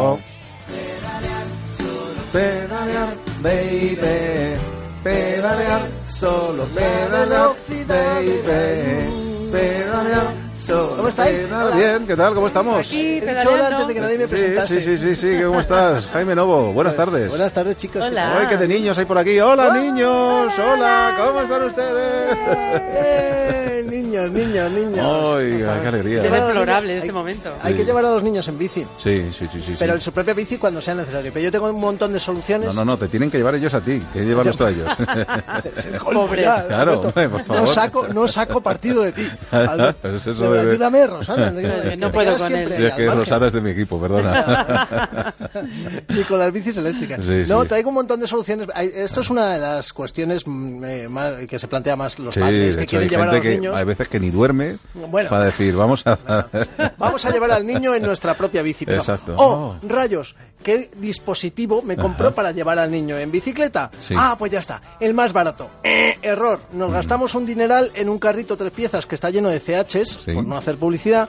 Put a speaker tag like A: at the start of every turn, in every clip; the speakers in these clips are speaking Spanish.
A: Oh.
B: pedalear, baby, pedalear, solo pedalear, baby, pedalear, solo.
A: ¿Cómo estáis?
B: pedalear.
A: Hola.
B: Bien, ¿qué tal? ¿Cómo estamos?
C: Aquí.
A: He dicho hola
C: pedaleando.
A: antes de que nadie me
B: Sí,
A: presentase. Pues,
B: sí, sí, sí, sí, ¿cómo estás? Jaime Novo, buenas tardes.
A: Buenas tardes, chicos. ¿Qué
C: Hola.
A: tal?
B: Ay, qué de niños hay por aquí. Hola, niños. Hola, ¿cómo están ustedes?
A: Eh, niños, niños, niños.
B: Oiga, qué
C: Es
B: alegría.
C: deplorable en
A: Hay-
C: este momento.
A: Hay que llevar a los niños en bici,
B: Sí, sí, sí, sí. sí.
A: pero en su propia bici cuando sea necesario. Pero yo tengo un montón de soluciones.
B: No, no, no, te tienen que llevar ellos a ti, que llevarlos tú a ellos.
C: Pobre.
A: Ya,
B: Claro,
A: Alberto,
B: hombre, por favor.
A: No saco, no saco partido de ti. Alberto.
B: Pero es eso
A: De verdad,
B: de-
A: Ayúdame, Rosana.
C: No, no
A: Te
C: puedo
A: quedas
C: con
A: siempre
B: Sí,
C: él.
A: ahí
B: es
A: al
B: que
A: margen.
B: Rosana es de mi equipo, perdona.
A: Ni con las bicis eléctricas.
B: Sí,
A: no,
B: sí.
A: traigo un montón de soluciones. Hay- Esto es una de las cuestiones mm, eh, más- que se plantea más los
B: Sí,
A: padres
B: de hecho,
A: que
B: hay
A: quieren llevar a
B: gente
A: los
B: que
A: niños.
B: hay veces que ni duerme
A: Bueno.
B: para decir, vamos a...
A: Vamos a llevar al niño en nuestra propia bici. pero-
B: Exacto.
A: Oh,
B: Oh.
A: rayos, ¿qué dispositivo me compró para llevar al niño en bicicleta?
B: Sí. Mm.
A: Ah, pues ya está, el más barato. Eh, error, nos gastamos un dineral en un carrito tres piezas que está lleno de CHs,
B: Sí.
A: por no hacer publicidad.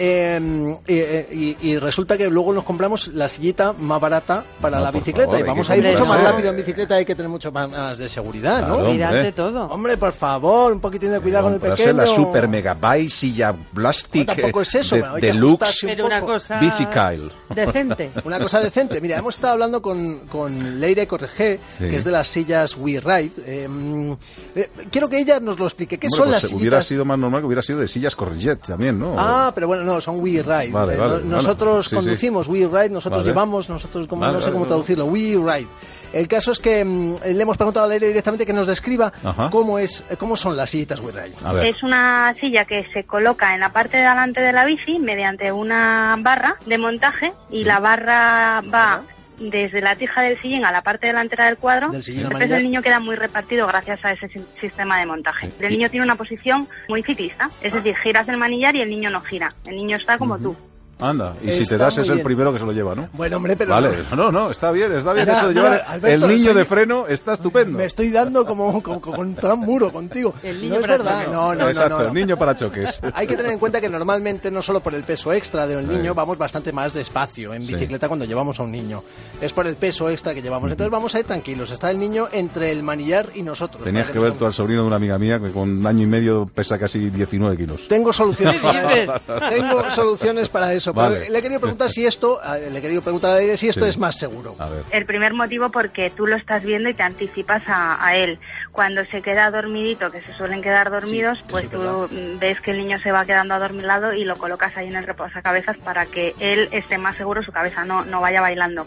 A: eh, y- y, y resulta que luego nos compramos la sillita más barata para
B: No,
A: la
B: por
A: bicicleta
B: favor,
A: y
B: hay
A: vamos
B: que
A: a ir mucho
C: comprarse-
A: más rápido en bicicleta hay que tener mucho más de seguridad, ¿no?
B: Claro.
C: Mirad
B: hombre.
C: de todo.
A: Hombre, por favor, un poquitín de cuidado con el
B: Comprarse
A: pequeño.
B: la super megabyte silla plastic
A: No, tampoco es eso,
B: de-
A: pero hay que
B: deluxe.
A: ajustarse un
C: Pero una
A: poco.
C: cosa.
B: Bici Kyle.
C: Decente.
A: Una cosa decente. Mira, hemos estado hablando con, con Leire Corregé,
B: Sí.
A: que es de las sillas We Ride. Eh, mm, eh, quiero que ella nos lo explique. ¿Qué
B: Hombre,
A: son
B: pues
A: las
B: hubiera
A: sillitas?
B: sido más normal que hubiera sido de sillas corriget también, ¿no?
A: Ah, pero bueno, no, son We
B: Vale,
A: Ride. Eh,
B: vale,
A: no-
B: bueno,
A: nosotros
B: sí, sí.
A: conducimos We Ride, nosotros
B: Vale.
A: llevamos, nosotros como,
B: Vale,
A: no sé
B: vale,
A: cómo
B: vale.
A: traducirlo, We Ride. El caso es que mm, le hemos preguntado a Leire directamente que nos describa
B: Ajá.
A: cómo es eh, cómo son las sillitas We Ride.
B: A ver.
D: Es una silla que se coloca en la parte de delante de la bici mediante una barra de montaje y la barra va desde la tija del sillín a la parte delantera del cuadro.
A: Del sillín
D: Entonces
A: amarillo.
D: el niño queda muy repartido gracias a ese si- sistema de montaje.
B: Sí. Ah.
D: El niño tiene una posición muy ciclista, es decir, giras el manillar y el niño no gira. El niño está como tú.
B: Anda, y si
A: Está
B: te das
A: muy
B: es el
A: bien.
B: primero que se lo lleva, ¿no?
A: Bueno, hombre, pero
B: Vale, no, no, está bien, está bien
A: Ya,
B: eso de
A: no,
B: llevar
A: Alberto,
B: el niño
A: soy-
B: de freno, está estupendo.
A: me estoy dando como, como, como contra un muro contigo.
C: El niño
A: no es
C: para
A: verdad.
C: chocar.
A: No, no, no,
B: Exacto,
A: no, no.
B: niño para choques.
A: Hay que tener en cuenta que normalmente, no solo por el peso extra de un niño, vamos bastante más despacio en
B: Sí.
A: bicicleta cuando llevamos a un niño. Es por el peso extra que llevamos. Entonces vamos a ir tranquilos. Está el niño entre el manillar y nosotros.
B: Tenías
A: Para
B: que ver
A: nos-
B: tú al sobrino de una amiga mía que con un año y medio pesa casi 19 kilos.
A: Tengo soluciones.
C: ¿Qué dices?
A: Tengo soluciones para eso. pero
B: Vale.
A: le he querido preguntar si esto, le he querido preguntar a Leire si esto
B: Sí. Ah.
A: es más seguro.
B: A ver.
D: El primer motivo porque tú lo estás viendo y te anticipas a, a él. Cuando se queda dormidito, que se suelen quedar dormidos,
A: Sí, eso
D: pues
A: es
D: tú
A: verdad.
D: mm, ves que el niño se va quedando adormilado y lo colocas ahí en el reposacabezas para que él esté más seguro, su cabeza no, no vaya bailando.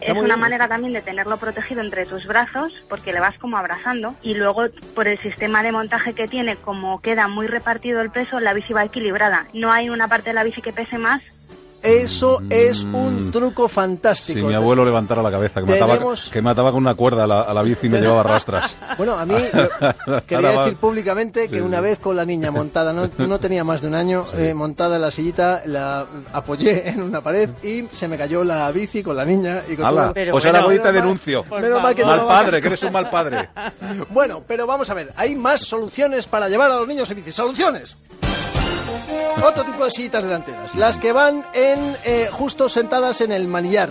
D: Es
A: Mm. muy
D: una
A: bien
D: manera también de tenerlo protegido entre tus brazos porque le vas como abrazando y luego por el sistema de montaje que tiene, como queda muy repartido el peso, la bici va equilibrada. No hay una parte de la bici que pese más
A: Eso es un
B: Mm.
A: truco fantástico.
B: Si mi abuelo levantara la cabeza, que mataba,
A: Tenemos-
B: que mataba con una cuerda a la, a la bici y me llevaba a rastras.
A: Bueno, a mí yo quería
B: Ahora va.
A: decir públicamente que
B: Sí,
A: una
B: sí.
A: vez con la niña montada, no, no tenía más de un año, eh, montada en la sillita, la apoyé en una pared y se me cayó la bici con la niña y con
B: ¡Hala!
A: todo.
C: Pero
B: pues ahora
C: bueno.
B: voy y te
A: Menos mal-
B: denuncio.
C: Por
A: menos mal que
C: favor.
B: Mal padre, que eres un mal padre.
A: Bueno, pero vamos a ver, hay más soluciones para llevar a los niños en bici. ¡Soluciones! Otro tipo de sillitas delanteras, las que van en eh, justo sentadas en el manillar.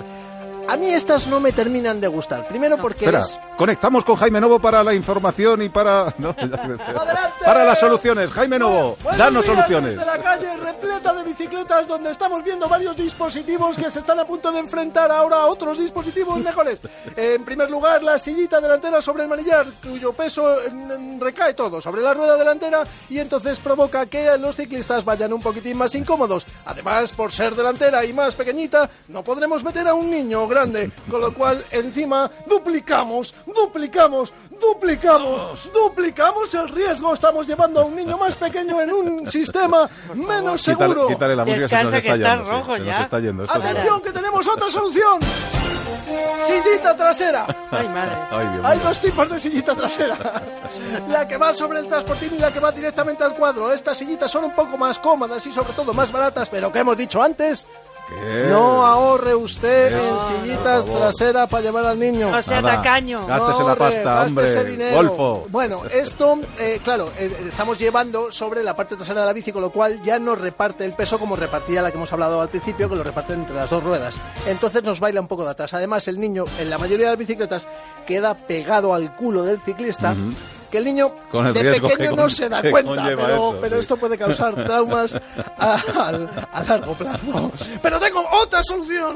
A: A mí estas no me terminan de gustar. Primero porque
B: Espera,
A: es...
B: conectamos con Jaime Novo para la información y para... no, ya- para las soluciones. Jaime Novo,
A: Buenos
B: danos
A: días
B: soluciones.
A: desde la calle repleta de bicicletas donde estamos viendo varios dispositivos que se están a punto de enfrentar ahora a otros dispositivos mejores. En primer lugar, la sillita delantera sobre el manillar, cuyo peso mm, mm, recae todo sobre la rueda delantera y entonces provoca que los ciclistas vayan un poquitín más incómodos. Además, por ser delantera y más pequeñita, no podremos meter a un niño grande, con lo cual encima duplicamos, duplicamos, duplicamos, duplicamos el riesgo. Estamos llevando a un niño más pequeño en un sistema menos
B: Quítale-
A: seguro.
B: quítale la música, se nos está
C: Descansa, que está
B: yendo. sí,
C: rojo
B: se nos
C: ya.
B: está yendo. esto es
A: Atención que tenemos otra solución. Sillita trasera.
C: Ay, madre.
B: Ay, Dios mío.
A: Hay dos tipos de sillita trasera. La que va sobre el transportín y la que va directamente al cuadro. Estas sillitas son un poco más cómodas y sobre todo más baratas, pero que hemos dicho antes,
B: ¿Qué?
A: No ahorre usted
B: No,
A: en
C: no,
A: sillitas
B: Eh. por favor.
A: traseras para llevar al niño.
C: O sea,
B: Nada.
C: tacaño.
B: Gas- Gástese la pasta, hombre.
A: gástese dinero.
B: Golfo.
A: Bueno, esto, eh, claro, eh, estamos llevando sobre la parte trasera de la bici, con lo cual ya no reparte el peso como repartía la que hemos hablado al principio, que lo reparten entre las dos ruedas. Entonces nos baila un poco de atrás. Además, el niño, en la mayoría de las bicicletas, queda pegado al culo del ciclista. Que el niño
B: Con el
A: de
B: riesgo que
A: pequeño
B: con-
A: no se da
B: que
A: cuenta,
B: conlleva
A: pero,
B: eso,
A: pero
B: sí.
A: esto puede causar traumas a, al- a largo plazo. Pero tengo otra solución.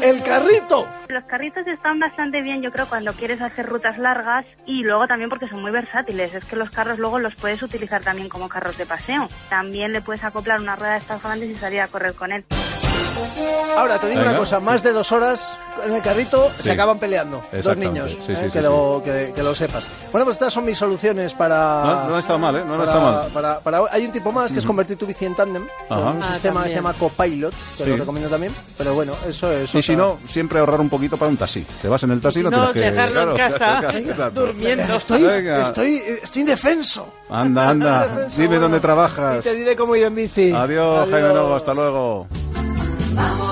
A: El carrito.
D: Los carritos están bastante bien, yo creo, cuando quieres hacer rutas largas y luego también porque son muy versátiles. Es que los carros luego los puedes utilizar también como carros de paseo. También le puedes acoplar una rueda de estas grandes y salir a correr con él.
A: Ahora te digo
B: Venga.
A: una cosa, más de dos horas en el carrito
B: Sí.
A: se acaban peleando. Dos
B: Exactamente.
A: niños,
B: Sí,
A: ¿eh?
B: sí,
A: que,
B: sí,
A: lo, que, que lo sepas. Bueno, pues estas son mis soluciones para...
B: No, no está mal, ¿eh? No, no
A: para-
B: está mal.
A: para- para- hay un tipo más que es convertir tu bici en tándem. con
B: Ajá.
A: Un
C: Ah,
A: sistema que se
C: también.
A: llama Copilot, que lo
B: Sí.
A: recomiendo también. Pero bueno, eso es...
B: Y si
A: otra-
B: no, siempre ahorrar un poquito para un taxi. Te vas en el taxi y lo
C: Si no,
B: tienes que...
C: dejarlo en
B: claro,
C: casa,
B: claro, exacto.
C: durmiendo.
A: Estoy,
B: Venga.
A: estoy, estoy indefenso.
B: Anda, anda.
A: Indefenso,
B: Dime
A: bueno.
B: dónde
A: Y
B: trabajas.
A: te diré cómo ir en bici.
B: Adiós, Jaime Novo. Hasta luego.
E: Vamos